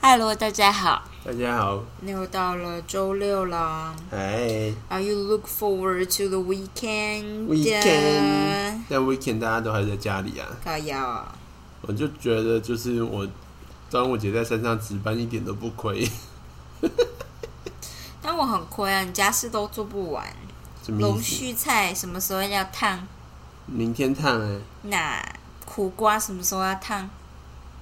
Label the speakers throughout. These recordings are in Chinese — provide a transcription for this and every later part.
Speaker 1: 嗨喽，大家好，
Speaker 2: 大家好，
Speaker 1: 又到了周六了。
Speaker 2: 哎
Speaker 1: Are you look forward to the weekend?
Speaker 2: ，weekend，但 weekend 大家都还在家里啊，
Speaker 1: 高瑶啊，
Speaker 2: 我就觉得就是我端午节在山上值班一点都不亏，
Speaker 1: 但我很亏啊，你家事都做不完。
Speaker 2: 什么
Speaker 1: 龙
Speaker 2: 意思？
Speaker 1: 须菜什么时候要烫？
Speaker 2: 明天烫哎、
Speaker 1: 那苦瓜什么时候要烫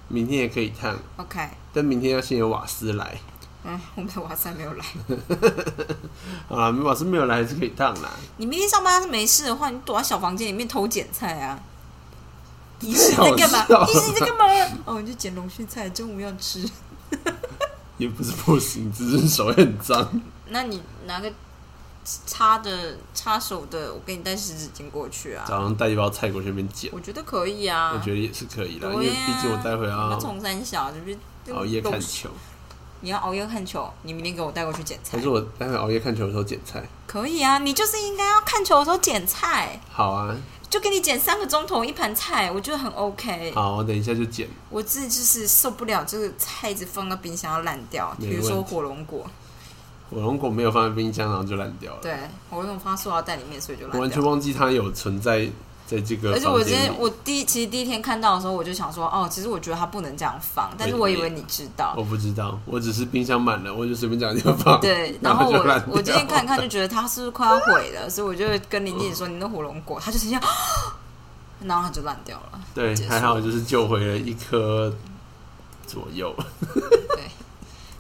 Speaker 2: 明天也可以烫，
Speaker 1: ？OK，
Speaker 2: 但明天要先有瓦斯来。
Speaker 1: 嗯，我们的瓦塞没有来。
Speaker 2: 好啦，瓦斯没有来还是可以烫啦。
Speaker 1: 你明天上班没事的话，你躲在小房间里面偷剪菜 啊。你是在干嘛
Speaker 2: 太好笑？了
Speaker 1: 你是在干嘛？哦，你就剪龙须菜，中午要吃。
Speaker 2: 也不是不行，只是手很脏。
Speaker 1: 那你拿个擦的擦手的，我给你带湿纸巾过去啊。
Speaker 2: 早上带一包菜过去那边捡，
Speaker 1: 我觉得可以啊。
Speaker 2: 我觉得也是可以啦，
Speaker 1: 对啊
Speaker 2: 因为毕竟我待会
Speaker 1: 你
Speaker 2: 要
Speaker 1: 们从三小是不是？
Speaker 2: 熬夜看球，
Speaker 1: 你要熬夜看球，你明天给我带过去剪菜
Speaker 2: 还。是我待会熬夜看球的时候捡菜？
Speaker 1: 可以啊，你就是应该要看球的时候剪菜，
Speaker 2: 好啊，
Speaker 1: 就给你剪三个钟头一盘菜，我觉得很 OK。
Speaker 2: 好，我等一下就捡。
Speaker 1: 我自己就是受不了这个菜一直放到冰箱要烂掉，
Speaker 2: 没
Speaker 1: 比如说
Speaker 2: 问题
Speaker 1: 火龙果，
Speaker 2: 火龙果没有放在冰箱，然后就烂掉了。
Speaker 1: 对，火龙果放塑料袋里面，所以就
Speaker 2: 我
Speaker 1: 烂
Speaker 2: 完
Speaker 1: 掉
Speaker 2: 全。忘记它有存在在这个
Speaker 1: 而
Speaker 2: 房
Speaker 1: 且我
Speaker 2: 间里。
Speaker 1: 今天我第一其实第一天看到的时候，我就想说，哦，其实我觉得它不能这样放，但是我以为你知道，
Speaker 2: 我不知道，我只是冰箱满了，我就随便找个地方放。
Speaker 1: 对。然
Speaker 2: 然
Speaker 1: 后
Speaker 2: 就
Speaker 1: 我
Speaker 2: 烂掉
Speaker 1: 哦我今天看一看就觉得它是不是快要毁了，所以我就跟林静说，你那火龙果，它就是这样，然后它就烂掉了。
Speaker 2: 对
Speaker 1: 结，束
Speaker 2: 还好就是救回了一颗左右。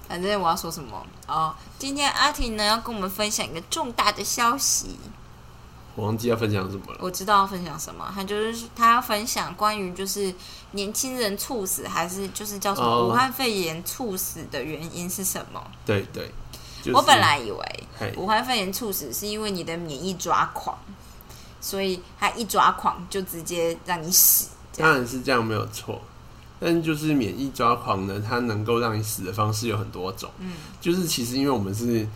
Speaker 1: 反正我要说什么哦，今天阿婷呢要跟我们分享一个重大的消息，
Speaker 2: 我忘记要分享什么了。
Speaker 1: 我知道要分享什么，她就是她要分享关于就是年轻人猝死还是就是叫什么、
Speaker 2: 哦
Speaker 1: 武汉肺炎猝死的原因是什么？
Speaker 2: 对对，就是、
Speaker 1: 我本来以为
Speaker 2: 嘿
Speaker 1: 武汉肺炎猝死是因为你的免疫抓狂，所以他一抓狂就直接让你死。这样
Speaker 2: 当然是这样没有错，但就是免疫抓狂呢，它能够让你死的方式有很多种。
Speaker 1: 嗯，
Speaker 2: 就是其实因为我们是，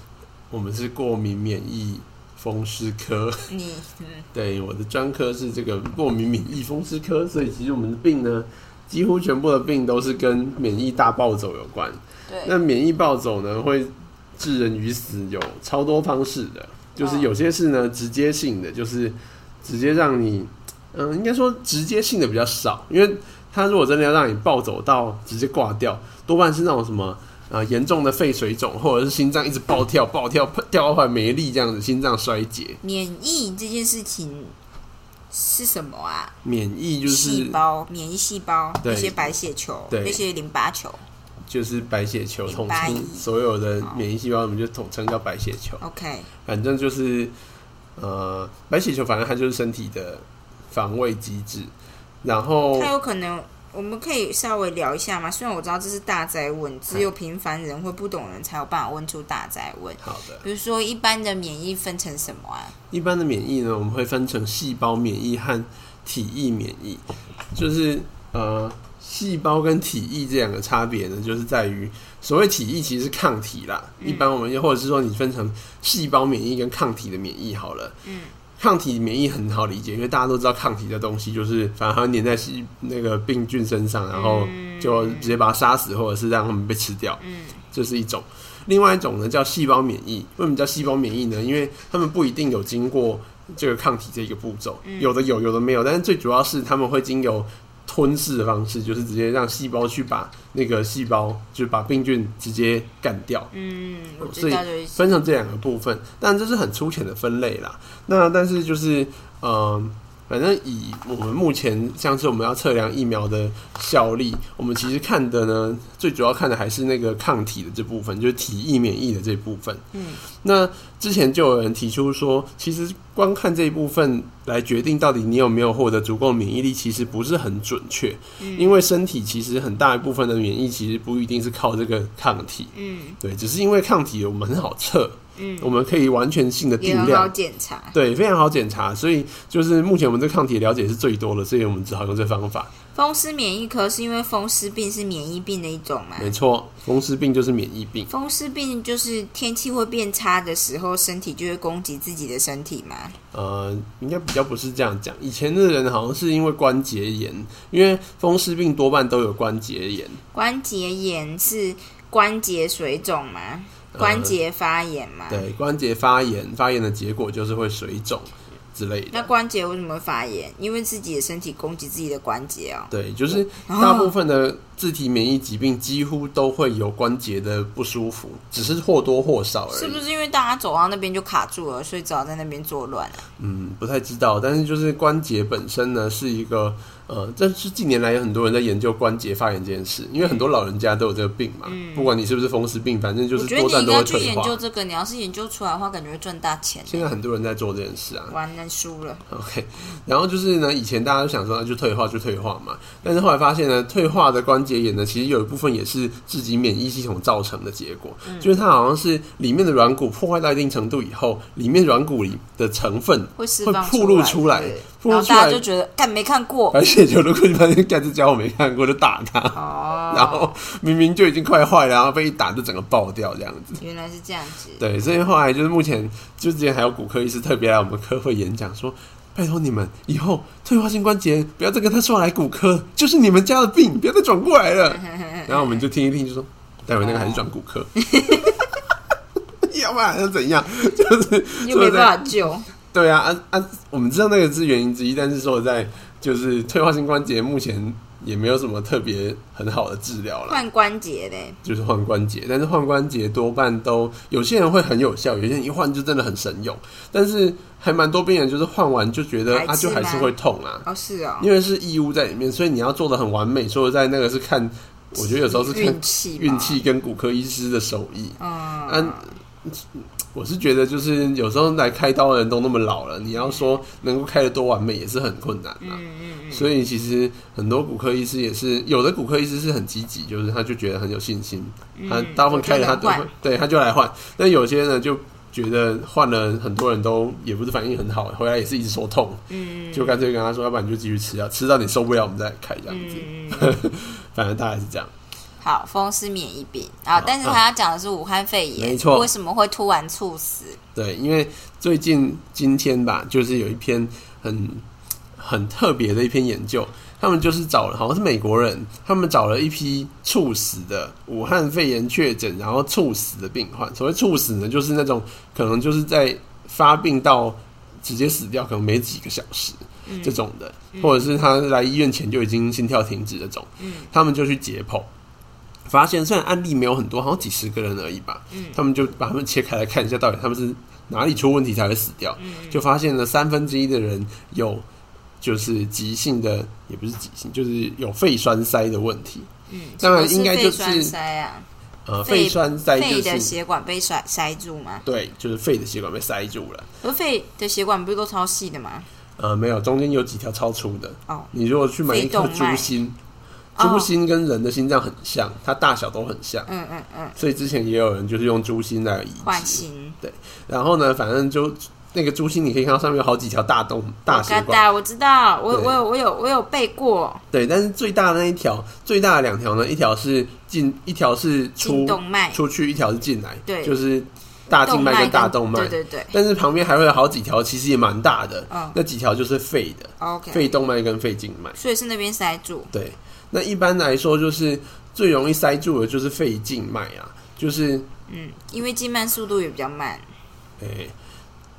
Speaker 2: 我们是过敏免疫风湿科，
Speaker 1: 你嗯，
Speaker 2: 对，我的专科是这个过敏免疫风湿科，所以其实我们的病呢，几乎全部的病都是跟免疫大暴走有关。
Speaker 1: 对
Speaker 2: 那免疫暴走呢，会致人于死，有超多方式
Speaker 1: 哦
Speaker 2: 的，就是有些是呢直接性的，就是直接让你，嗯、应该说直接性的比较少，因为它如果真的要让你暴走到直接挂掉，多半是那种什么。啊，严重的肺水肿，或者是心脏一直暴跳、暴跳、跳到快没力这样子，心脏衰竭。
Speaker 1: 免疫这件事情是什么啊？
Speaker 2: 免疫就是
Speaker 1: 细胞、免疫细胞、
Speaker 2: 对
Speaker 1: 那些白血球、
Speaker 2: 对
Speaker 1: 那些淋巴球。
Speaker 2: 就是白血球，
Speaker 1: 明
Speaker 2: 统
Speaker 1: 白
Speaker 2: 称所有的
Speaker 1: 哦
Speaker 2: 免疫细胞，我们就统称叫白血球。
Speaker 1: OK，
Speaker 2: 反正就是，呃，白血球，反正它就是身体的防卫机制。然后
Speaker 1: 它，有可能。我们可以稍微聊一下吗？虽然我知道这是大灾问，只有
Speaker 2: 嗯
Speaker 1: 平凡人或不懂人才有办法问出大灾问。
Speaker 2: 好的，
Speaker 1: 比如说，一般的免疫分成什么啊？
Speaker 2: 一般的免疫呢，我们会分成细胞免疫和体液免疫。就是呃，细胞跟体液这两个差别呢，就是在于所谓体液其实是抗体啦。一般我们又或者是说你分成细胞免疫跟抗体的免疫好了。
Speaker 1: 嗯。
Speaker 2: 抗体免疫很好理解，因为大家都知道抗体这东西就是，反正它会粘在细那个病菌身上，然后就直接把它杀死，或者是让它们被吃掉。
Speaker 1: 嗯，
Speaker 2: 这是一种。另外一种呢叫细胞免疫，为什么叫细胞免疫呢？因为他们不一定有经过这个抗体这个步骤，有的有，有的没有。但是最主要是他们会经由吞噬的方式，就是直接让细胞去把那个细胞，就把病菌直接干掉。
Speaker 1: 嗯，我知
Speaker 2: 哦所以
Speaker 1: 道就是
Speaker 2: 分成这两个部分，但这是很粗浅的分类啦。那但是就是，嗯、反正以我们目前像是我们要测量疫苗的效力，我们其实看的呢，最主要看的还是那个抗体的这部分，就是体液免疫的这部分。
Speaker 1: 嗯，
Speaker 2: 那之前就有人提出说，其实光看这一部分来决定到底你有没有获得足够免疫力，其实不是很准确，
Speaker 1: 嗯
Speaker 2: 因为身体其实很大一部分的免疫其实不一定是靠这个抗体。
Speaker 1: 嗯
Speaker 2: 对，只是因为抗体我们很好测，
Speaker 1: 嗯，
Speaker 2: 我们可以完全性的
Speaker 1: 也
Speaker 2: 定
Speaker 1: 很好
Speaker 2: 量，
Speaker 1: 检查。
Speaker 2: 对，非常好检查。所以就是目前我们对抗体的了解是最多的，所以我们只好用这方法。
Speaker 1: 风湿免疫科是因为风湿病是免疫病的一种嘛？
Speaker 2: 没错，风湿病就是免疫病，
Speaker 1: 风湿病就是天气会变差的时候，身体就会攻击自己的身体嘛。
Speaker 2: 呃，应该比较不是这样讲。以前的人好像是因为关节炎，因为风湿病多半都有关节炎，
Speaker 1: 关节炎是关节水肿嘛，关节发炎嘛。
Speaker 2: 呃对，关节发炎，发炎的结果就是会水肿之类
Speaker 1: 那
Speaker 2: 的。
Speaker 1: 关节为什么会发炎？因为自己的身体攻击自己的关节哦。
Speaker 2: 对，就是
Speaker 1: 哦
Speaker 2: 大部分的自体免疫疾病几乎都会有关节的不舒服，只是或多或少而已。
Speaker 1: 是不是因为大家走到那边就卡住了，所以只好在那边作乱啊？
Speaker 2: 嗯，不太知道，但是就是关节本身呢是一个呃，但是近年来有很多人在研究关节发炎这件事，因为很多老人家都有这个病嘛，不管你是不是风湿病，反正就
Speaker 1: 嗯我
Speaker 2: 是
Speaker 1: 觉得
Speaker 2: 多
Speaker 1: 你
Speaker 2: 半
Speaker 1: 应
Speaker 2: 都
Speaker 1: 该
Speaker 2: 会
Speaker 1: 去
Speaker 2: 退
Speaker 1: 研
Speaker 2: 化。
Speaker 1: 究这个，你要是研究出来的话，感觉会赚大钱。
Speaker 2: 现在很多人在做这件事啊
Speaker 1: 完了输了，
Speaker 2: ，OK。然后就是呢，以前大家都想说啊就退化就退化嘛，但是后来发现呢，退化的关节炎呢，其实有一部分也是自己免疫系统造成的结果，
Speaker 1: 嗯
Speaker 2: 就是它好像是里面的软骨破坏到一定程度以后，里面软骨里的成分
Speaker 1: 会释
Speaker 2: 会
Speaker 1: 放
Speaker 2: 暴露
Speaker 1: 出
Speaker 2: 出
Speaker 1: 来
Speaker 2: 来
Speaker 1: 对，然
Speaker 2: 暴露
Speaker 1: 后
Speaker 2: 出
Speaker 1: 大家
Speaker 2: 来
Speaker 1: 就觉得干没看过
Speaker 2: 而且就如果你发现盖子胶我没看过，就打他，然
Speaker 1: 哦，
Speaker 2: 后明明就已经快坏了，然后被一打就整个爆掉这样子。
Speaker 1: 原来是这样 子。
Speaker 2: 对，所以后来就是目前就之前还有骨科医师特别来我们科会演讲说，拜托你们以后退化性关节炎不要再跟他说来骨科，就是你们家的病，不要再转过来了。然后我们就听一听，就说待会那个还是转骨科。要不然要怎样？就是
Speaker 1: 又没办法救，
Speaker 2: 对啊，啊啊，我们知道那个是原因之一，但是说实在，就是退化性关节目前也没有什么特别很好的治疗啦，
Speaker 1: 换关节嘞，
Speaker 2: 就是换关节。但是换关节多半都有些人会很有效，有些人一换就真的很神勇，但是还蛮多病人就是换完就觉得
Speaker 1: 还
Speaker 2: 啊，
Speaker 1: 是
Speaker 2: 就还是
Speaker 1: 吗
Speaker 2: 会痛啊，
Speaker 1: 哦是哦，
Speaker 2: 因为是异物在里面，所以你要做的很完美。说实在，那个是看，我觉得有时候是看
Speaker 1: 运气吧
Speaker 2: 运，气跟骨科医师的手艺。
Speaker 1: 嗯
Speaker 2: 嗯，我是觉得，就是有时候来开刀的人都那么老了，你要说能够开得多完美也是很困难
Speaker 1: 嗯
Speaker 2: 啊的、所以其实很多骨科医师也是，有的骨科医师是很积极，就是他就觉得很有信心，他大部分开了他都
Speaker 1: 嗯我就
Speaker 2: 会
Speaker 1: 能换，
Speaker 2: 对，他就来换。但有些呢就觉得换了，很多人都也不是反应很好，回来也是一直说痛，
Speaker 1: 嗯
Speaker 2: 就干脆跟他说，要不然你就继续吃啊，吃到你受不了我们再开这样子。
Speaker 1: 嗯，
Speaker 2: 反正大概是这样。
Speaker 1: 好，风湿免疫病啊，但是他要讲的是武汉肺炎，
Speaker 2: 嗯没错
Speaker 1: 为什么会突然猝死？
Speaker 2: 对，因为最近今天吧，就是有一篇很很特别的一篇研究，他们就是找了，好像是美国人，他们找了一批猝死的武汉肺炎确诊，然后猝死的病患。所谓猝死呢，就是那种可能就是在发病到直接死掉，可能没几个小时。
Speaker 1: 嗯
Speaker 2: 这种的，或者是他来医院前就已经心跳停止这种，
Speaker 1: 嗯
Speaker 2: 他们就去解剖，发现虽然案例没有很多，好像几十个人而已吧，
Speaker 1: 嗯
Speaker 2: 他们就把他们切开来看一下，到底他们是哪里出问题才会死掉，
Speaker 1: 嗯
Speaker 2: 就发现了三分之一的人有就是急性的，也不是急性，就是有肺栓塞的问题。
Speaker 1: 嗯，
Speaker 2: 当然应该就是
Speaker 1: 什么肺栓塞啊，
Speaker 2: 呃，
Speaker 1: 肺
Speaker 2: 肺栓塞
Speaker 1: 肺
Speaker 2: 就
Speaker 1: 的
Speaker 2: 是
Speaker 1: 血管被塞塞住吗？
Speaker 2: 对，就是肺的血管被塞住了。
Speaker 1: 而肺的血管不是都超细的吗？
Speaker 2: 呃，没有，中间有几条超粗的。
Speaker 1: 哦，
Speaker 2: 你如果去买一颗
Speaker 1: 肺动脉
Speaker 2: 猪心，
Speaker 1: 哦
Speaker 2: 猪心跟人的心脏很像，它大小都很像，
Speaker 1: 嗯嗯嗯，
Speaker 2: 所以之前也有人就是用猪心来移
Speaker 1: 换
Speaker 2: 植。
Speaker 1: 心。
Speaker 2: 然后呢，反正就那个猪心，你可以看到上面有好几条大洞、大血
Speaker 1: 嘎
Speaker 2: 管。
Speaker 1: 达，我知道，我
Speaker 2: 对
Speaker 1: 我有我有我有背过
Speaker 2: 对，但是最大的那一条，最大的两条呢，一条是进，一条是
Speaker 1: 颈
Speaker 2: 出
Speaker 1: 动脉、
Speaker 2: 出去，一条是进来，
Speaker 1: 对
Speaker 2: 就是大静脉跟大动脉。
Speaker 1: 对对对
Speaker 2: 但是旁边还会有好几条，其实也蛮大的。
Speaker 1: 嗯
Speaker 2: 那几条就是肺的，
Speaker 1: ，OK，
Speaker 2: 肺动脉跟肺静脉。
Speaker 1: 所以是那边塞住，
Speaker 2: 对，那一般来说就是最容易塞住的就是肺静脉啊，就是
Speaker 1: 嗯，因为静脉速度也比较慢，
Speaker 2: 诶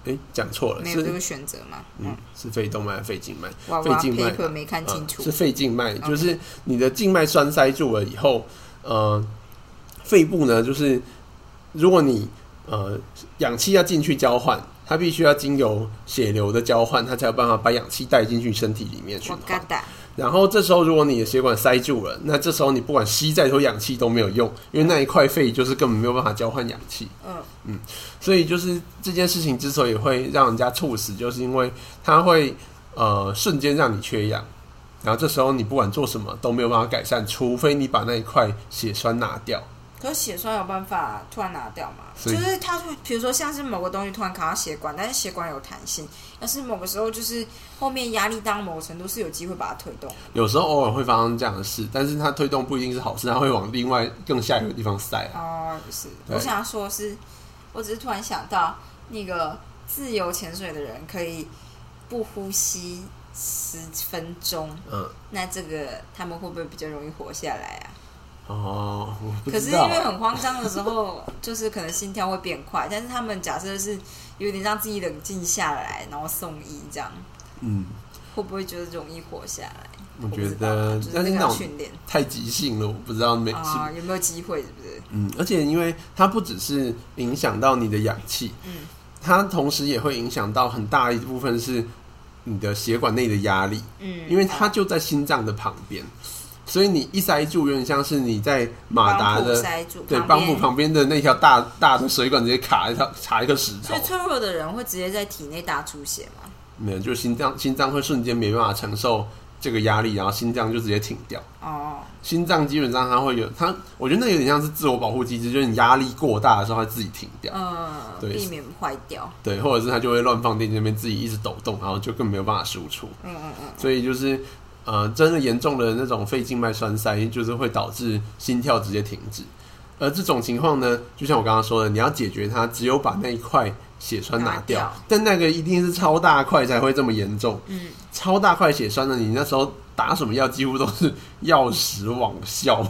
Speaker 2: 诶讲错了，
Speaker 1: 没有这个
Speaker 2: 哦是
Speaker 1: 选择嘛，
Speaker 2: 嗯
Speaker 1: 嗯，
Speaker 2: 是肺动脉还是肺静脉？
Speaker 1: 哇
Speaker 2: 肺
Speaker 1: 哇
Speaker 2: 静脉
Speaker 1: ，paper 没看清楚
Speaker 2: 嗯是，肺静脉，
Speaker 1: OK
Speaker 2: 就是你的静脉栓塞住了以后，呃，肺部呢，就是如果你呃氧气要进去交换，它必须要经由血流的交换，它才有办法把氧气带进去身体里面循
Speaker 1: 我
Speaker 2: 环
Speaker 1: 嘎。达，
Speaker 2: 然后这时候，如果你的血管塞住了，那这时候你不管吸再多氧气都没有用，因为那一块肺就是根本没有办法交换氧气。
Speaker 1: 嗯
Speaker 2: 所以就是这件事情之所以会让人家猝死，就是因为它会呃瞬间让你缺氧，然后这时候你不管做什么都没有办法改善，除非你把那一块血栓拿掉。
Speaker 1: 可是血栓有办法突然拿掉吗？
Speaker 2: 所
Speaker 1: 就
Speaker 2: 以
Speaker 1: 是它会，比如说像是某个东西突然卡到血管，但是血管有弹性，要是某个时候就是后面压力到某个程度是有机会把它推动。
Speaker 2: 有时候偶尔会发生这样的事，但是它推动不一定是好事，它会往另外更下游的地方塞啊。
Speaker 1: 哦，不是，
Speaker 2: 对
Speaker 1: 我想要说的是，我只是突然想到，那个自由潜水的人可以不呼吸十分钟，
Speaker 2: 嗯，
Speaker 1: 那这个他们会不会比较容易活下来啊？
Speaker 2: 哦，我不
Speaker 1: 可是
Speaker 2: 知
Speaker 1: 因
Speaker 2: 道
Speaker 1: 为很慌张的时候，就是可能心跳会变快，但是他们假设是有点让自己冷静下来，然后送医这样，
Speaker 2: 嗯，
Speaker 1: 会不会觉得容易活下来？
Speaker 2: 我
Speaker 1: 不
Speaker 2: 觉
Speaker 1: 知道啊
Speaker 2: 得
Speaker 1: 就是，那
Speaker 2: 但是
Speaker 1: 个
Speaker 2: 那
Speaker 1: 要
Speaker 2: 种
Speaker 1: 训练
Speaker 2: 太急性了，我不知道没是
Speaker 1: 啊，有没有机会？是不是？
Speaker 2: 嗯，而且因为它不只是影响到你的氧气，
Speaker 1: 嗯，
Speaker 2: 它同时也会影响到很大一部分是你的血管内的压力，
Speaker 1: 嗯，
Speaker 2: 因为它就在心脏的旁边，所以你一塞住，有点像是你在马达
Speaker 1: 帮浦
Speaker 2: 的
Speaker 1: 塞住，
Speaker 2: 对
Speaker 1: 旁
Speaker 2: 帮浦
Speaker 1: 边
Speaker 2: 旁边的那条大大的水管直接卡一条卡一个石头
Speaker 1: 所以，脆弱的人会直接在体内大出血嘛？
Speaker 2: 没有，就心脏心脏会瞬间没办法承受这个压力，然后心脏就直接停掉。
Speaker 1: 哦，
Speaker 2: 心脏基本上它会有它，我觉得那有点像是自我保护机制，就是你压力过大的时候，它自己停掉。
Speaker 1: 嗯，
Speaker 2: 对
Speaker 1: 避免坏掉。
Speaker 2: 对，或者是它就会乱放电，这边自己一直抖动，然后就更没有办法输出。
Speaker 1: 嗯嗯嗯，
Speaker 2: 所以就是呃，真的严重的那种肺静脉栓塞，就是会导致心跳直接停止。而这种情况呢，就像我刚刚说的，你要解决它，只有把那一块血栓拿
Speaker 1: 拿
Speaker 2: 掉，
Speaker 1: 掉
Speaker 2: 但那个一定是超大块才会这么严重。
Speaker 1: 嗯，
Speaker 2: 超大块血栓的，你那时候打什么药，几乎都是 药石网 效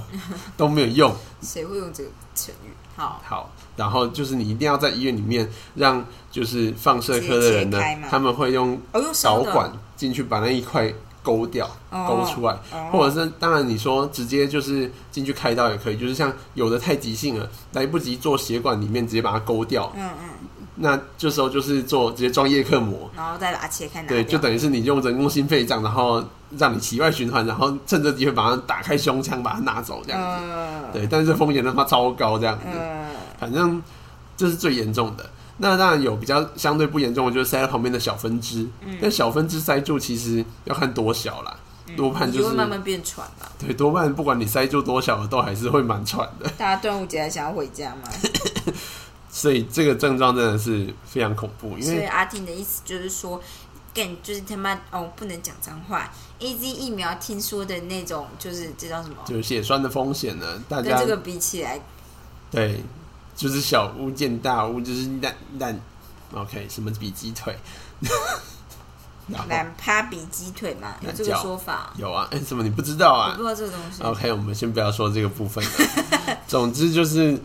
Speaker 2: 都没有用。
Speaker 1: 谁会用这个成语？ 好，
Speaker 2: 好，然后就是你一定要在医院里面让就是放射科的人呢
Speaker 1: 直接切开吗，
Speaker 2: 他们会用
Speaker 1: 哦，用烧
Speaker 2: 导
Speaker 1: 的
Speaker 2: 管进去把那一块勾掉、
Speaker 1: 哦
Speaker 2: 勾出来，
Speaker 1: 哦
Speaker 2: 或者是当然你说直接就是进去开刀也可以，就是像有的太急性了，来不及做血管里面直接把它勾掉，
Speaker 1: 嗯嗯，
Speaker 2: 那这时候就是做直接装叶克膜。
Speaker 1: 然后再把它切开拿
Speaker 2: 对，就
Speaker 1: 掉。
Speaker 2: 等于是你用人工心肺脏，然后让你体外循环，然后趁这机会把它打开胸腔，把它拿走这样子。
Speaker 1: 嗯
Speaker 2: 对，但是这风险他妈超高这样子。
Speaker 1: 嗯
Speaker 2: 反正这是最严重的。那当然有比较相对不严重的，就是塞在旁边的小分支。
Speaker 1: 嗯
Speaker 2: 但小分支塞住其实要看多小啦，多半
Speaker 1: 你
Speaker 2: 就
Speaker 1: 就是会慢慢变喘吧。
Speaker 2: 对，多半不管你塞住多小，都还是会蛮喘的。
Speaker 1: 大家端午节还想要回家 吗？
Speaker 2: 所以这个症状真的是非常恐怖，因
Speaker 1: 所以
Speaker 2: 为
Speaker 1: 阿婷的意思就是说，干就是他妈哦，不能讲脏话。A Z 疫苗听说的那种，就是这叫什么？
Speaker 2: 就是血栓的风险呢，大
Speaker 1: 跟
Speaker 2: 家
Speaker 1: 这个比起来，
Speaker 2: 对，就是小巫见大巫，就是烂烂，OK，什么比鸡 腿，然后
Speaker 1: 懒趴比鸡腿嘛，有
Speaker 2: 懒
Speaker 1: 这个
Speaker 2: 觉
Speaker 1: 说法。
Speaker 2: 有啊，哎、 怎么你不知道
Speaker 1: 我
Speaker 2: 啊
Speaker 1: 不？知道这个东西。
Speaker 2: OK，我们先不要说这个部分 了。总之就是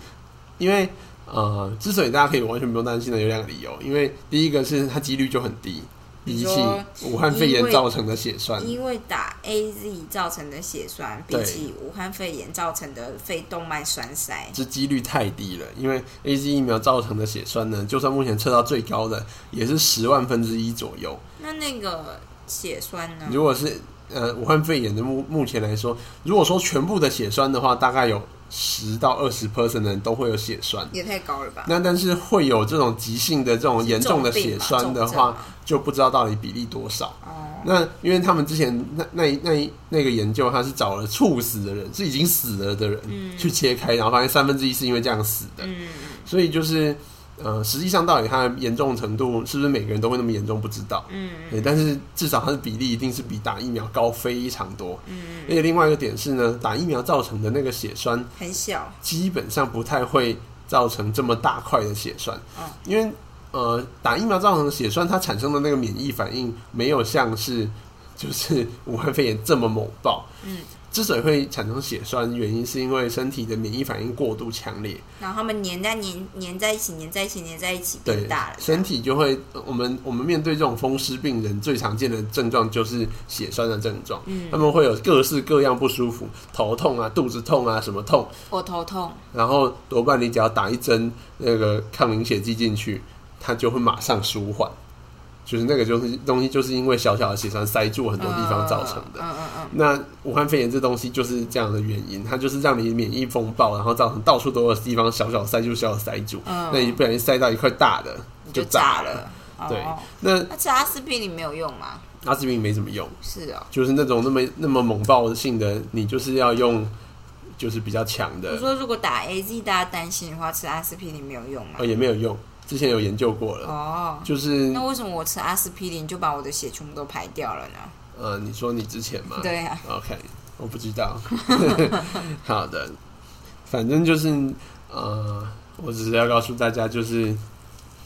Speaker 2: 因为呃，之所以大家可以完全不用担心的有两个理由，因为第一个是它几率就很低，比
Speaker 1: 你
Speaker 2: 起
Speaker 1: 说
Speaker 2: 武汉肺
Speaker 1: 因
Speaker 2: 炎
Speaker 1: 为
Speaker 2: 造成的血栓，
Speaker 1: 因为打 A Z 造成的血栓，比
Speaker 2: 嗯对
Speaker 1: 起武汉肺炎造成的肺动脉栓塞，
Speaker 2: 这几率太低了。因为 A Z 疫苗造成的血栓呢，就算目前测到最高的也是十万分之一左右。
Speaker 1: 那那个血栓呢？
Speaker 2: 如果是呃武汉肺炎的目目前来说，如果说全部的血栓的话，大概有十到二十 percent 的人都会有血栓。
Speaker 1: 也太高了吧？
Speaker 2: 那但是会有这种急性的这种严重的血栓的
Speaker 1: 重病啊
Speaker 2: 话
Speaker 1: 嘛，
Speaker 2: 就不知道到底比例多少。
Speaker 1: 哦，
Speaker 2: 那因为他们之前那那一那一那个研究，他是找了猝死的人，是已经死了的人、去切开，然后发现三分之一是因为这样死的，
Speaker 1: 嗯，
Speaker 2: 所以就是呃，实际上到底它的严重程度是不是每个人都会那么严重，不知道。
Speaker 1: 嗯，
Speaker 2: 对，但是至少它的比例一定是比打疫苗高非常多。嗯，而且另外一个点是呢，打疫苗造成的那个血栓
Speaker 1: 很小，
Speaker 2: 基本上不太会造成这么大块的血栓，
Speaker 1: 嗯
Speaker 2: 因为呃打疫苗造成的血栓，它产生的那个免疫反应没有像是就是武汉肺炎这么猛爆。
Speaker 1: 嗯，
Speaker 2: 之所以会产生血栓，原因是因为身体的免疫反应过度强烈，
Speaker 1: 然后他们粘在粘粘在一起，粘在一起，粘在一起
Speaker 2: 对
Speaker 1: 变大了。
Speaker 2: 身体就会我们我们面对这种风湿病人最常见的症状就是血栓的症状，嗯，他们会有各式各样不舒服，头痛啊、肚子痛啊、什么痛，
Speaker 1: 我头痛，
Speaker 2: 然后多半你只要打一针那个抗凝血剂进去，它就会马上舒缓。就是那个就是东西，就是因为小小的血栓塞住很多地方造成的。
Speaker 1: 嗯嗯嗯
Speaker 2: 那武汉肺炎这东西就是这样的原因，它就是让你免疫风暴，然后造成到处都有地方小小塞住、小小塞住。
Speaker 1: 嗯
Speaker 2: 那你不小心塞到一块大的
Speaker 1: 嗯，
Speaker 2: 就
Speaker 1: 炸
Speaker 2: 炸了。。对
Speaker 1: 哦，
Speaker 2: 那
Speaker 1: 那吃阿司匹林没有用吗？
Speaker 2: 阿司匹林没什么用，
Speaker 1: 是哦，
Speaker 2: 就是那种那么那么猛爆性的，你就是要用就是比较强
Speaker 1: 我
Speaker 2: 的，
Speaker 1: 说如果打 A Z 大家担心的话，吃阿司匹林没有用吗啊
Speaker 2: 哦？也没有用。之前有研究过了，
Speaker 1: 哦，
Speaker 2: 就是
Speaker 1: 那为什么我吃阿司匹林就把我的血全部都排掉了呢？
Speaker 2: 呃，你说你之前吗？
Speaker 1: 对啊，
Speaker 2: ，OK，我不知道。 好的，反正就是呃，我只是要告诉大家，就是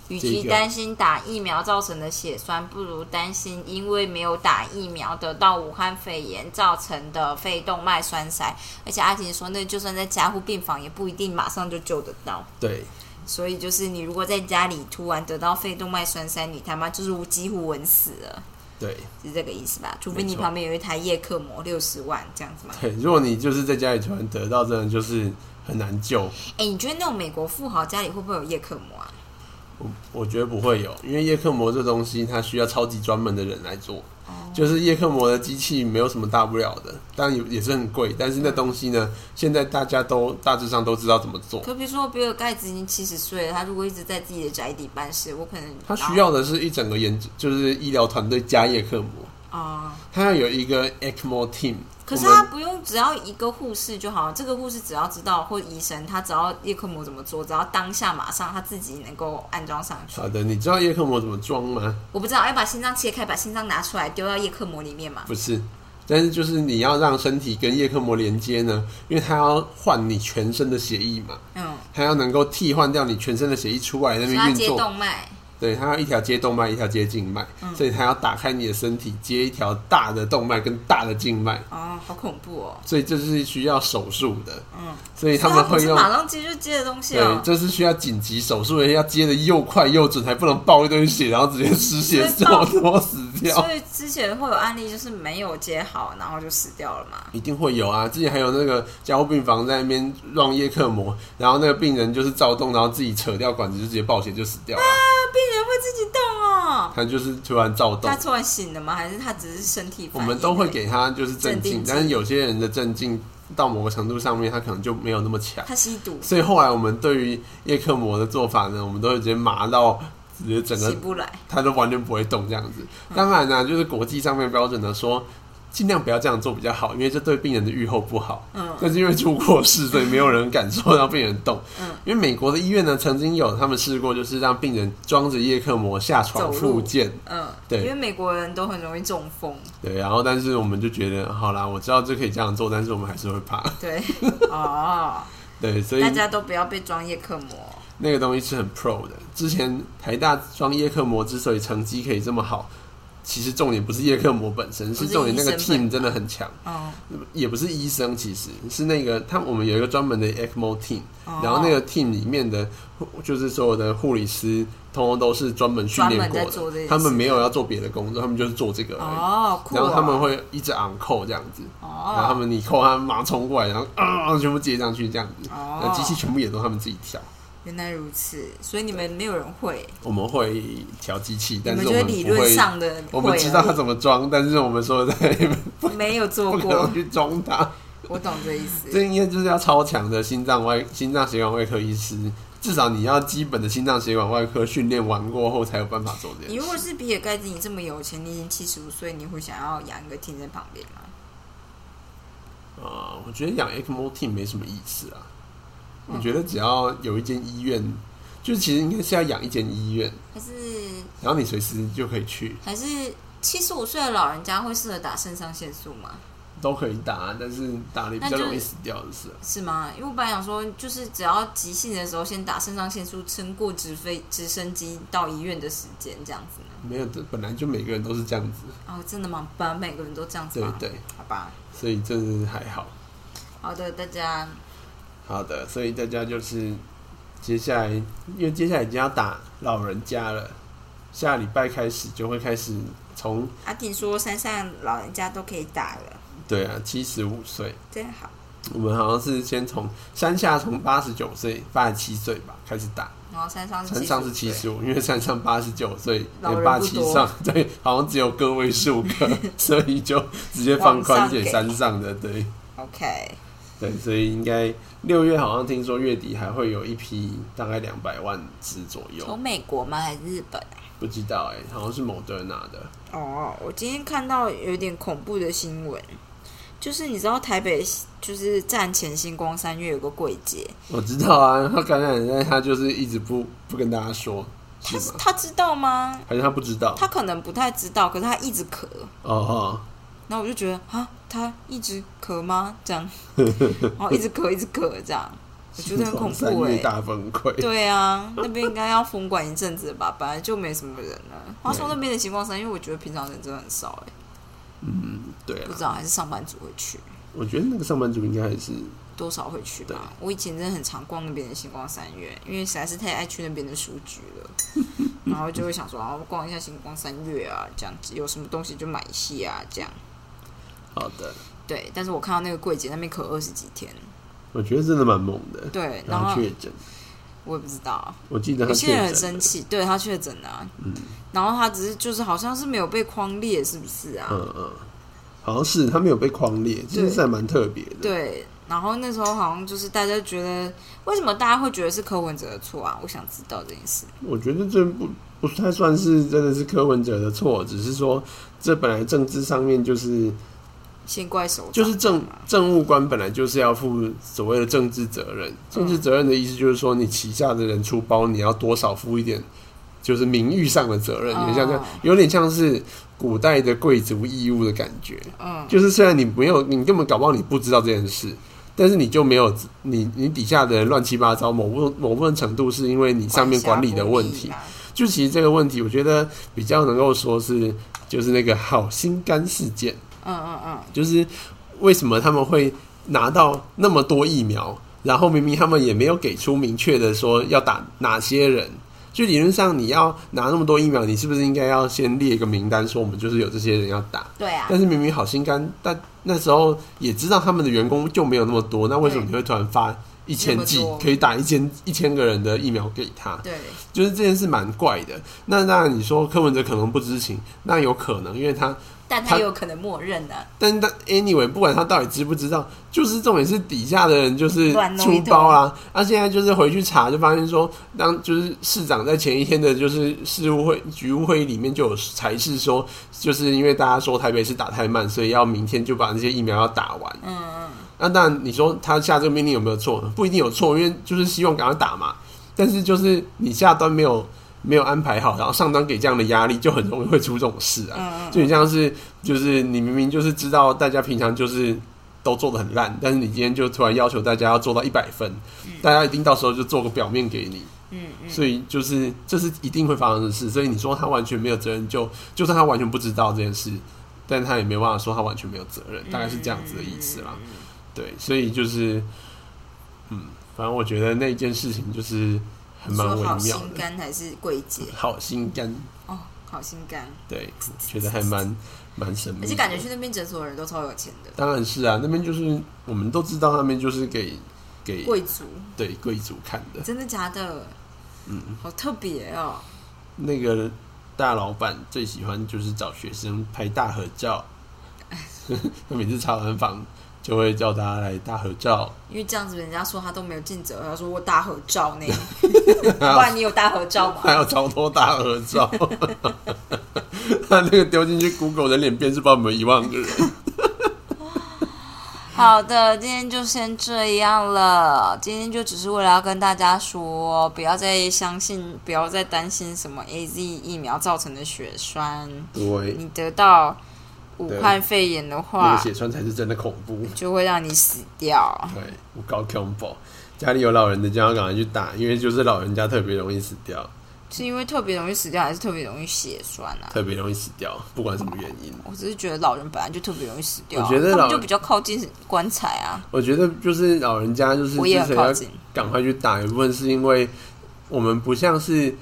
Speaker 1: 与
Speaker 2: 这
Speaker 1: 其
Speaker 2: 个
Speaker 1: 担心打疫苗造成的血栓，不如担心因为没有打疫苗得到武汉肺炎造成的肺动脉栓塞。而且阿婷说，那就算在加护病房，也不一定马上就救得到。
Speaker 2: 对，
Speaker 1: 所以就是你如果在家里突然得到肺动脉栓塞，你他妈就是几乎稳死了，
Speaker 2: 对，
Speaker 1: 是这个意思吧？除非
Speaker 2: 没
Speaker 1: 你
Speaker 2: 错
Speaker 1: 旁边有一台叶克膜六十万这样子嘛。
Speaker 2: 对，如果你就是在家里突然得到，真的就是很难救。
Speaker 1: 哎、你觉得那种美国富豪家里会不会有叶克膜
Speaker 2: 哦
Speaker 1: 啊？
Speaker 2: 我我觉得不会有，因为叶克膜这东西它需要超级专门的人来做。
Speaker 1: 哦
Speaker 2: 就是叶克膜的机器没有什么大不了的，当然也也是很贵，但是那东西呢，现在大家都大致上都知道怎么做。
Speaker 1: 可比如说比尔盖茨已经七十岁了，他如果一直在自己的宅邸办事，我可能
Speaker 2: 它需要的是一整个研，就是医疗团队加叶克膜，
Speaker 1: 啊、
Speaker 2: 它要有一个 E ECMO team。
Speaker 1: 可是
Speaker 2: 我们
Speaker 1: 他不用，只要一个护士就好。这个护士只要知道，或医生，他只要叶克膜怎么做，只要当下马上他自己能够安装上去。
Speaker 2: 好的，你知道叶克膜怎么装吗？
Speaker 1: 我不知道要把心脏切开，把心脏拿出来丢到叶克膜里面嘛？
Speaker 2: 不是，但是就是你要让身体跟叶克膜连接呢，因为它要换你全身的血液嘛，
Speaker 1: 嗯，
Speaker 2: 它要能够替换掉你全身的血液出来那
Speaker 1: 所以他
Speaker 2: 边运
Speaker 1: 接
Speaker 2: 作。
Speaker 1: 动嗯脉。
Speaker 2: 对，它要一条接动脉，一条接静脉，所以它要打开你的身体，接一条大的动脉跟大的静脉，
Speaker 1: 哦，好恐怖哦！
Speaker 2: 所以这是需要手术的。
Speaker 1: 嗯，
Speaker 2: 所以他
Speaker 1: 所以
Speaker 2: 们
Speaker 1: 他不
Speaker 2: 会
Speaker 1: 是
Speaker 2: 用。
Speaker 1: 马上接就接的东西
Speaker 2: 对
Speaker 1: 哦，。
Speaker 2: 这是需要紧急手术，而且要接的又快又准，还不能爆一堆血，然后直接失血
Speaker 1: 所
Speaker 2: 之
Speaker 1: 以爆
Speaker 2: 后之后死掉。
Speaker 1: 所以之前会有案例，就是没有接好，然后就死掉了嘛。
Speaker 2: 一定会有啊！之前还有那个加护病房在那边让叶克膜，然后那个病人就是躁动，然后自己扯掉管子就直接爆血就死掉了。
Speaker 1: 啊，病人会自己动哦。
Speaker 2: 他就是突然躁动
Speaker 1: 他，突然醒了吗？还是他只是身体反
Speaker 2: 我
Speaker 1: 应？
Speaker 2: 们都会给他就是镇
Speaker 1: 镇定
Speaker 2: 静
Speaker 1: 剂，
Speaker 2: 但是有些人的镇静到某个程度上面，他可能就没有那么强。
Speaker 1: 他吸毒，
Speaker 2: 所以后来我们对于叶克膜的做法呢，我们都会直接麻到直接整个
Speaker 1: 起不来。
Speaker 2: 他都完全不会动这样子。当然呢、就是国际上面标准的说，尽量不要这样做比较好，因为这对病人的预后不好。
Speaker 1: 嗯
Speaker 2: 但是因为出过事，所以没有人敢说让病人动。
Speaker 1: 嗯，
Speaker 2: 因为美国的医院呢，曾经有他们试过，就是让病人装着叶克膜下床
Speaker 1: 走
Speaker 2: 复
Speaker 1: 路
Speaker 2: 健。
Speaker 1: 嗯，
Speaker 2: 对
Speaker 1: 因为美国人都很容易中风。
Speaker 2: 对，然后但是我们就觉得，好啦，我知道这可以这样做，但是我们还是会怕。
Speaker 1: 对，哦，
Speaker 2: 对，所以
Speaker 1: 大家都不要被装叶克膜。
Speaker 2: 那个东西是很 pro 的。之前台大装叶克膜之所以成绩可以这么好，其实重点不是叶克膜本身，
Speaker 1: 不是
Speaker 2: 是重点那个
Speaker 1: 医生本
Speaker 2: team 真的很强，
Speaker 1: 嗯，
Speaker 2: 也不是医生，其实是那个他我们有一个专门的 E ECMO team，、
Speaker 1: 哦
Speaker 2: 然后那个 team 里面的就是所有的护理师，通通都是专门训练过
Speaker 1: 专门在做这件事
Speaker 2: 的，他们没有要做别的工作，他们就是做这个而已。
Speaker 1: 哦，酷哦。
Speaker 2: 然后他们会一直 on call 这样子，然后他
Speaker 1: 哦，
Speaker 2: 们你扣他们马上冲过来，然后啊全部接上去这样子，
Speaker 1: 哦
Speaker 2: 那呃机器全部也都他们自己调。
Speaker 1: 原来如此，所以你们没有人会，
Speaker 2: 我们会调机器，
Speaker 1: 你
Speaker 2: 但是
Speaker 1: 们
Speaker 2: 我
Speaker 1: 就是
Speaker 2: 们
Speaker 1: 理
Speaker 2: 不
Speaker 1: 论
Speaker 2: 会，
Speaker 1: 上的
Speaker 2: 我
Speaker 1: 会而
Speaker 2: 们
Speaker 1: 已，
Speaker 2: 知道它怎么装，但是我们说在
Speaker 1: 没有做
Speaker 2: 不可
Speaker 1: 过
Speaker 2: 能。去装它。
Speaker 1: 我懂这意思。
Speaker 2: 这应该就是要超强的心脏外心脏血管外科医师，至少你要基本的心脏血管外科训练完过后才有办法做这
Speaker 1: 你
Speaker 2: 样。
Speaker 1: 如果是比尔盖茨，你这么有钱，你已经七十五岁，你会想要养一个停在旁边吗？
Speaker 2: 啊、我觉得养 ECMO team 没什么意思啊。我觉得只要有一间医院，就其实应该是要养一间医院，
Speaker 1: 还是
Speaker 2: 然后你随时就可以去，
Speaker 1: 还是七十五岁的老人家会适合打肾上腺素吗？
Speaker 2: 都可以打，但是打了比
Speaker 1: 那
Speaker 2: 较
Speaker 1: 就
Speaker 2: 容易死掉的是啊。
Speaker 1: 是吗？因为我本来想说，就是只要急性的时候先打肾上腺素，撑过直飞直升机到医院的时间，这样子呢？
Speaker 2: 没有，这本来就每个人都是这样子，
Speaker 1: 哦，真的吗？不然每个人都这样子
Speaker 2: 对
Speaker 1: 吗？
Speaker 2: 对，
Speaker 1: 好吧。
Speaker 2: 所以这是还好。
Speaker 1: 好的，大家
Speaker 2: 好的，所以大家就是接下来，因为接下来已经要打老人家了，下礼拜开始就会开始从
Speaker 1: 阿婷说山上老人家都可以打了，
Speaker 2: 对啊七十五岁，
Speaker 1: 真好。
Speaker 2: 我们好像是先从山下从八十九岁、八十七岁吧开始打，
Speaker 1: 然后山上是
Speaker 2: 山上是七
Speaker 1: 75岁，
Speaker 2: 十五，因为山上八十九岁
Speaker 1: 老人
Speaker 2: 八
Speaker 1: 不
Speaker 2: 七
Speaker 1: 多
Speaker 2: 上，对，好像只有个位数 个，所以就直接放宽给
Speaker 1: 往上给
Speaker 2: 山上的，对
Speaker 1: OK，
Speaker 2: 对，所以应该六月好像听说月底还会有一批大概两百万只左右，
Speaker 1: 从美国吗？还是日本？啊
Speaker 2: 不知道哎、好像是某德纳的，
Speaker 1: 哦，我今天看到有点恐怖的新闻，就是你知道台北就是站前星光三月有个柜姐，
Speaker 2: 我知道啊，他感染，但他就是一直不不跟大家说，是
Speaker 1: 她
Speaker 2: 吗？
Speaker 1: 她知道吗？
Speaker 2: 还是他不知道？
Speaker 1: 她可能不太知道，可是她一直咳，
Speaker 2: 哦哦，
Speaker 1: 然后我就 觉得啊，她一直咳吗？这样，然后一直咳一直咳这样，我觉得很 恐
Speaker 2: 三
Speaker 1: 怖哎、
Speaker 2: 月大崩溃。
Speaker 1: 对啊，那边应该要封管一阵子吧，本来就没什么人了。花松那边的情况是，因为我觉得平常人真的很少哎、
Speaker 2: 对
Speaker 1: 不
Speaker 2: 啊，
Speaker 1: 知道还是上班族会去，
Speaker 2: 我觉得那个上班族应该还是
Speaker 1: 多少会去吧。我以前真的很常逛那边的星光三月，因为实在是太爱去那边的书局了， 然后就会想说啊，我逛一下星光三月啊，这样子有什么东西就买一下啊，这样。
Speaker 2: 好的。
Speaker 1: 对，但是我看到那个柜姐那边咳二十几天，
Speaker 2: 我觉得真的蛮猛的。
Speaker 1: 对，然
Speaker 2: 然后
Speaker 1: 后
Speaker 2: 确诊，
Speaker 1: 我也不知道，
Speaker 2: 我记得他
Speaker 1: 有
Speaker 2: 确
Speaker 1: 些人很
Speaker 2: 诊嗯
Speaker 1: 生
Speaker 2: 了。
Speaker 1: 气，对他确诊了啊、然后他只是就是好像是没有被框列，是不是啊？
Speaker 2: 嗯嗯，好像是他没有被框列，其实
Speaker 1: 对
Speaker 2: 是还蛮特别的。
Speaker 1: 对，然后那时候好像就是大家觉得，为什么大家会觉得是柯文哲的错啊？我想知道这件事。
Speaker 2: 我觉得这不不太算是真的是柯文哲的错，只是说这本来政治上面就是
Speaker 1: 先怪首长
Speaker 2: 就是政
Speaker 1: 嘛
Speaker 2: 政务官本来就是要负所谓的政治责
Speaker 1: 嗯
Speaker 2: 任，政治责任的意思就是说你旗下的人出包，你要多少负一点。就是名誉上的责任，有点像这样
Speaker 1: 哦，
Speaker 2: 有点像是古代的贵族义务的感觉。
Speaker 1: 嗯，
Speaker 2: 就是虽然你没有，你根本搞不好你不知道这件事，但是你就没有你你底下的人乱七八糟，某部某部分程度是因为你上面管理的问题
Speaker 1: 管。辖啊
Speaker 2: 就其实这个问题，我觉得比较能够说是就是那个好心肝事件，
Speaker 1: 不力啦。嗯嗯
Speaker 2: 就是为什么他们会拿到那么多疫苗，然后明明他们也没有给出明确的说要打哪些人。就理论上，你要拿那么多疫苗，你是不是应该要先列一个名单，说我们就是有这些人要打？
Speaker 1: 嗯，对啊
Speaker 2: 但，是明明好心肝，但那时候也知道他们的员工就没有那么多，那为什么
Speaker 1: 对
Speaker 2: 你会突然发一千
Speaker 1: 那
Speaker 2: 剂
Speaker 1: 么多
Speaker 2: 可以打一千一千个人的疫苗给他？
Speaker 1: 对，
Speaker 2: 就是这件事蛮怪的。那那你说柯文哲可能不知情，那有可能，因为他
Speaker 1: 但他
Speaker 2: 他
Speaker 1: 有可能默认呢、
Speaker 2: 但但 anyway，不管他到底知不知道，就是重点是底下的人就是
Speaker 1: 乱弄一通
Speaker 2: 出包啦。他、现在就是回去查，就发现说，当就是市长在前一天的就是事务会局务会议里面就有裁示说，就是因为大家说台北市打太慢，所以要明天就把那些疫苗要打完。
Speaker 1: 嗯嗯，
Speaker 2: 那当然，你说他下这个命令有没有错？不一定有错，因为就是希望赶快打嘛。但是就是你下端没有没有安排好，然后上端给这样的压力，就很容易会出这种事啊。就很像是就是你明明就是知道大家平常就是都做的很烂，但是你今天就突然要求大家要做到一百分，大家一定到时候就做个表面给你。嗯所以就是这是一定会发生的事，所以你说他完全没有责任，就就算他完全不知道这件事，但他也没办法说他完全没有责任，大概是这样子的意思
Speaker 1: 嗯
Speaker 2: 啦。对，所以就是，嗯，反正我觉得那件事情就是很
Speaker 1: 你
Speaker 2: 蛮微
Speaker 1: 说好
Speaker 2: 妙
Speaker 1: 心
Speaker 2: 的，
Speaker 1: 肝还是柜姐？
Speaker 2: 好心肝，
Speaker 1: 哦，好心肝，
Speaker 2: 对，觉得还蛮蛮神秘的，
Speaker 1: 而且感觉去那边诊所的人都超有钱的，
Speaker 2: 当然是啊，那边就是我们都知道，那边就是给给
Speaker 1: 贵族，
Speaker 2: 对贵族看的
Speaker 1: 真的假的？嗯，好特别哦。
Speaker 2: 那个大老板最喜欢就是找学生拍大合照， 他每次查完房就会叫大家来大合照，
Speaker 1: 因为这样子，人家说他都没有尽责，他说我大合照 呢，不然你有大合照吗？
Speaker 2: 还有超多大合照， 他那个丢进去 Google 人脸辨识，不知道有没有一万个人。
Speaker 1: 好的，今天就先这样了。今天就只是为了要跟大家说，不要再相信，不要再担心什么 A Z 疫苗造成的血栓。
Speaker 2: 对，
Speaker 1: 你得到武
Speaker 2: 对
Speaker 1: 汉肺炎的
Speaker 2: 那个
Speaker 1: 话，
Speaker 2: 血栓才是真的恐怖。
Speaker 1: 就会让你死掉。
Speaker 2: 对，我搞恐怖，家里有老人的就要赶快去打，因为就是老人家特别容易死掉，
Speaker 1: 是因为特别容易死掉，还是特别容易血栓啊？
Speaker 2: 特别容易死掉，不管什么原因。
Speaker 1: 我只是觉得老人本来就特别容易死掉啊、
Speaker 2: 我觉得
Speaker 1: 他
Speaker 2: 老
Speaker 1: 们就比较靠近棺材啊。
Speaker 2: 我觉得就是老人家就是
Speaker 1: 我
Speaker 2: 之
Speaker 1: 也
Speaker 2: 前
Speaker 1: 很靠
Speaker 2: 要
Speaker 1: 近，
Speaker 2: 赶快去打，一部分是因为我们不像是。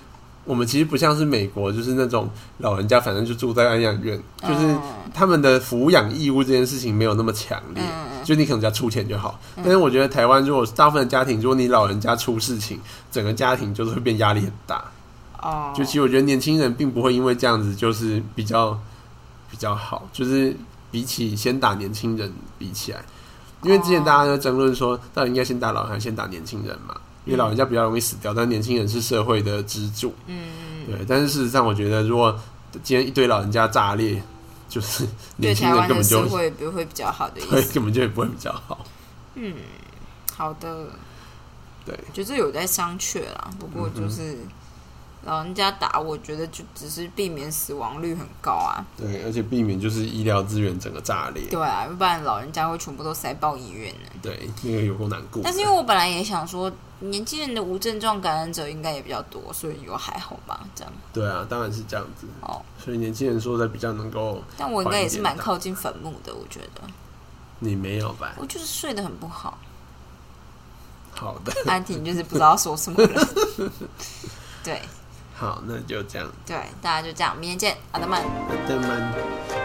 Speaker 2: 我们其实不像是美国，就是那种老人家，反正就住在安养院，就是
Speaker 1: 嗯
Speaker 2: 他们的抚养义务这件事情没有那么强烈，
Speaker 1: 嗯
Speaker 2: 就你可能只要出钱就好。但是我觉得台湾如果大部分的家庭，如果你老人家出事情，整个家庭就是会变压力很大。
Speaker 1: 哦，
Speaker 2: 就其实我觉得年轻人并不会因为这样子就是比较比较好，就是比起先打年轻人比起来，因为之前
Speaker 1: 哦
Speaker 2: 大家在争论说到底应该先打老人还是先打年轻人嘛，因为老人家比较容易死掉，但年轻人是社会的支柱，
Speaker 1: 嗯，
Speaker 2: 对。但是事实上，我觉得如果今天一堆老人家炸裂，就是
Speaker 1: 对
Speaker 2: 年轻
Speaker 1: 台
Speaker 2: 人
Speaker 1: 湾
Speaker 2: 根
Speaker 1: 的
Speaker 2: 本就
Speaker 1: 社会不会比较好的意
Speaker 2: 对
Speaker 1: 思。
Speaker 2: 根本就也不会比较好，
Speaker 1: 嗯，好的。
Speaker 2: 对，嗯
Speaker 1: 就是有在商榷啦，不过就是老人家打，我觉得就只是避免死亡率很高啊。
Speaker 2: 对，而且避免就是医疗资源整个炸裂，
Speaker 1: 对啊，要不然老人家会全部都塞爆医院呢。
Speaker 2: 对，那个有够难过的。
Speaker 1: 但是因为我本来也想说，年轻人的无症状感染者应该也比较多，所以有还好吧，这样
Speaker 2: 对啊，当然是这样子，
Speaker 1: 哦。
Speaker 2: 所以年轻人说的比较能够，
Speaker 1: 但我应该也是蛮靠近坟墓的，我觉得
Speaker 2: 你没有吧？
Speaker 1: 我就是睡得很不好。
Speaker 2: 好的，
Speaker 1: 安婷就是不知道说什么了。对
Speaker 2: 好，那就这样，
Speaker 1: 对，大家就这样，明天见，阿德曼。
Speaker 2: 那再慢。